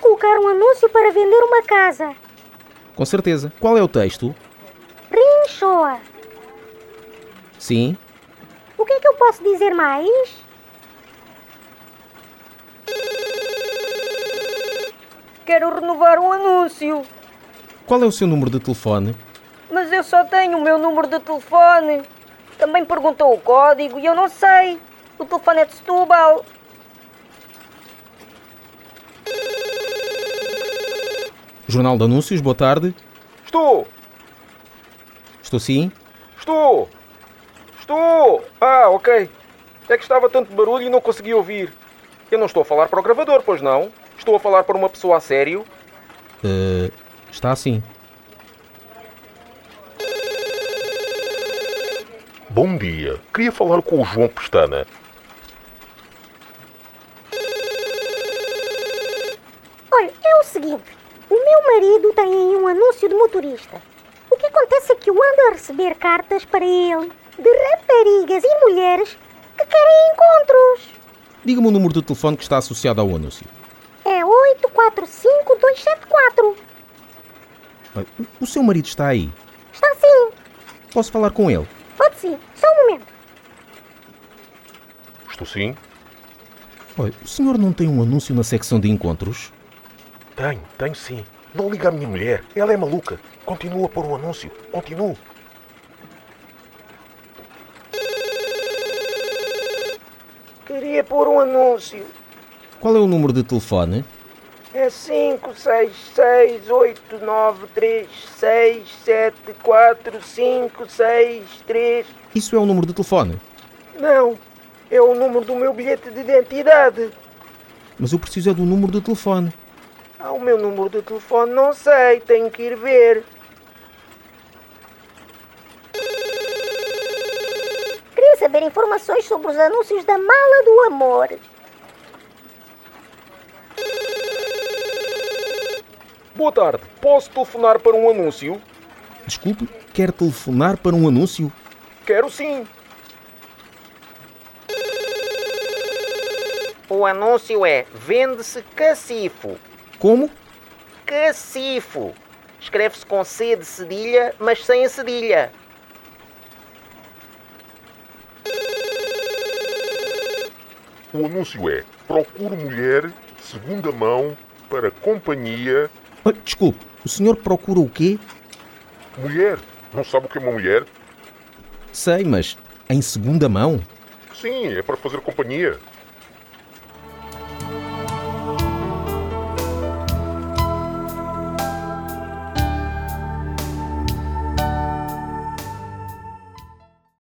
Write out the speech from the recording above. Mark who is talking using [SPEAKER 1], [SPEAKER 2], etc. [SPEAKER 1] colocar um anúncio para vender uma casa.
[SPEAKER 2] Com certeza. Qual é o texto?
[SPEAKER 1] Rinchoa.
[SPEAKER 2] Sim.
[SPEAKER 1] O que é que eu posso dizer mais?
[SPEAKER 3] Quero renovar um anúncio,
[SPEAKER 2] Qual é o seu número de telefone?
[SPEAKER 3] mas eu só tenho o meu número de telefone. Também perguntou o código e eu não sei. O telefone é de Setúbal.
[SPEAKER 2] Jornal de Anúncios, boa tarde.
[SPEAKER 4] Estou!
[SPEAKER 2] Estou sim.
[SPEAKER 4] Estou! Estou! Ah, ok. É que estava tanto barulho e não consegui ouvir. Eu não estou a falar para o gravador, pois não? Estou a falar para uma pessoa a sério?
[SPEAKER 2] Eh, está sim.
[SPEAKER 5] Bom dia, queria falar com o João Pestana.
[SPEAKER 1] Olha, é o seguinte: o meu marido tem aí um anúncio de motorista. O que acontece é que eu ando a receber cartas para ele de raparigas e mulheres que querem encontros.
[SPEAKER 2] Diga-me o número de telefone que está associado ao anúncio.
[SPEAKER 1] É 845274.
[SPEAKER 2] Ah, O seu marido está aí.
[SPEAKER 1] Está sim,
[SPEAKER 2] Posso falar com ele?
[SPEAKER 1] pode sim, só um momento.
[SPEAKER 5] Estou sim?
[SPEAKER 2] Olha, o senhor não tem um anúncio na secção de encontros?
[SPEAKER 5] Tenho, tenho sim. Não liga à minha mulher, ela é maluca. Continua a pôr o anúncio, continua.
[SPEAKER 3] Queria pôr um anúncio.
[SPEAKER 2] Qual é o número de telefone?
[SPEAKER 3] É 5, 6, 6, 8, 9, 3, 6, 7, 4, 5, 6, 3.
[SPEAKER 2] Isso é o número de telefone.
[SPEAKER 3] Não, é o número do meu bilhete de identidade.
[SPEAKER 2] Mas eu preciso é do número de telefone.
[SPEAKER 3] Ah, o meu número de telefone não sei, tenho que ir ver.
[SPEAKER 1] Queria saber informações sobre os anúncios da mala do amor.
[SPEAKER 4] Boa tarde. Posso telefonar para um anúncio?
[SPEAKER 2] Desculpe, quer telefonar para um anúncio?
[SPEAKER 4] Quero sim.
[SPEAKER 6] O anúncio é: vende-se cacifo.
[SPEAKER 2] Como?
[SPEAKER 6] Cacifo. Escreve-se com C de cedilha, mas sem a cedilha.
[SPEAKER 5] O anúncio é: procure mulher, segunda mão, para companhia.
[SPEAKER 2] Ah, Desculpe, o senhor procura o quê?
[SPEAKER 5] Mulher. Não sabe o que é uma mulher?
[SPEAKER 2] Sei, mas em segunda mão?
[SPEAKER 5] Sim, é para fazer companhia.